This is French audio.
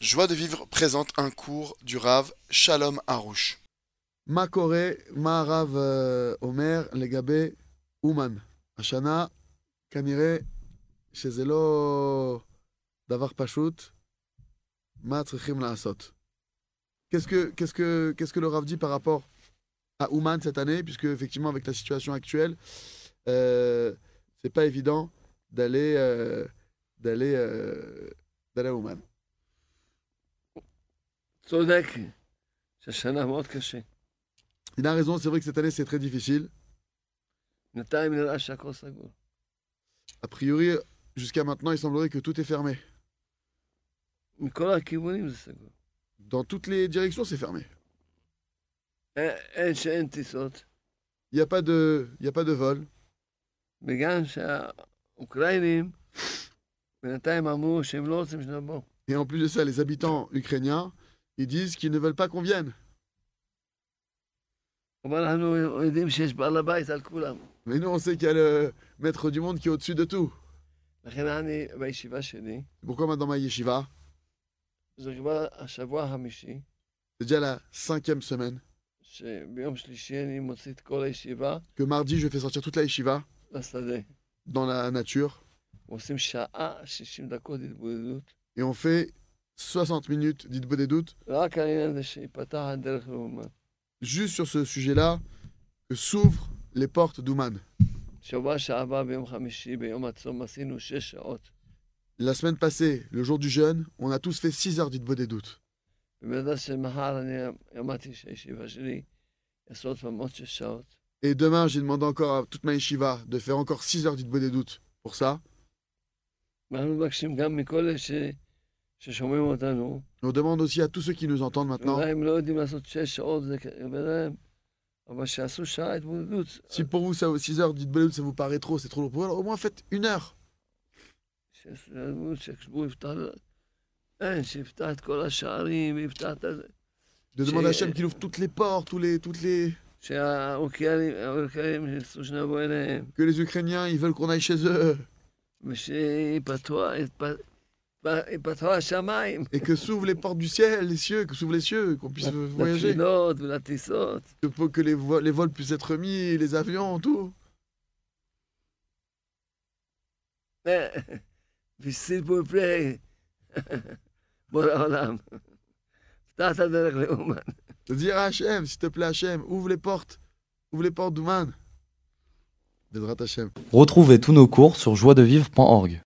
Joie de vivre présente un cours du Rav Shalom Harouche. מה קורה, מה הרב אה, אומר לגבי אומן. השנה, כנראה שזה לא דבר פשוט, מה צריכים לעשות. Qu'est-ce que, qu'est-ce que, qu'est-ce que le Rav dit par rapport à Ouman cette année, puisque effectivement avec la situation actuelle, euh, c'est pas évident d'aller, euh, d'aller, euh, d'aller à Ouman. צודק, זה שנה מאוד קשה. Il a raison, c'est vrai que cette année c'est très difficile. בינתיים נראה שהכל סגור. A priori, jusqu'à maintenant, il semblerait que tout est fermé. מכל הכיוונים זה סגור. Dans toutes les directions, c'est fermé. אין, אין שאין טיסות, Il n'y a, pas de- il y a pas de vol. וגם שהאוקראינים בינתיים אמרו שהם לא רוצים שנבוא. Et en plus de ça, les habitants ukrainiens, ils disent qu'ils ne veulent pas qu'on vienne. אבל אנחנו יודעים שיש בעל הבית על כולם. Mais nous, on sait qu'il y a le maître du monde qui est au-dessus de tout. לכן אני בישיבה שלי, Pourquoi maintenant ma yeshiva זה כבר השבוע החמישי, C'est déjà la cinquième semaine שביום שלישי אני מוציא את כל הישיבה que mardi, je fais sortir toute la yeshiva לשדה. dans la nature עושים שעה 60 דקות התבודדות, et on fait 60 minutes d'Itbo des doutes רק העניין הזה שיפתח הדרך לאומן. juste sur ce sujet-là que s'ouvrent les portes d'Ouman. שבוע שעבר ביום חמישי, ביום הצום, עשינו שש שעות. La semaine passée, le jour du jeûne, on a tous fait 6 heures d'Itbo des doutes. ובעזרת השם מחר אני אמרתי שהישיבה שלי יעשו עוד פעם עוד שש שעות. Et demain, j'ai demandé encore à toute ma yeshiva de faire encore 6 heures d'Itbo des doutes pour ça. ואנחנו מבקשים גם מכל אלה ש- ששומעים אותנו, On demande aussi à tous ceux qui nous entendent maintenant אולי הם לא יודעים לעשות שש שעות, זה כ- בינתיים, אבל שיעשו שעה התמודדות. Si pour vous, ça, 6 heures dites ça vous paraît trop, c'est trop lourd pour vous, alors au moins faites une heure. שיעשו התמודדות, שכשהוא יפתח... אין, שיפתח את כל השערים, יפתח את... הזה. De demander à J'ai- Hachem qu'il ouvre toutes les portes, tous les, toutes les... שהאוקיאנים, האוקיאנים ירצו שנבוא אליהם. que les Ukrainiens, ils veulent qu'on aille chez eux. ושיפתחו השמיים, Et que s'ouvrent les portes du ciel, les cieux, que s'ouvrent les cieux, qu'on puisse euh, voyager. לתפילות ולטיסות. Que, pour- que les, vo- les vols puissent être remis, les avions, tout. אה, וסיל פופלי, בורא עולם. פתח את הדרך לאומן. De dire à Hachem, s'il te plaît Hachem, ouvre les portes. Ouvre les portes d'Ouman. Bédrat Hachem. Retrouvez tous nos cours sur joiedevivre.org.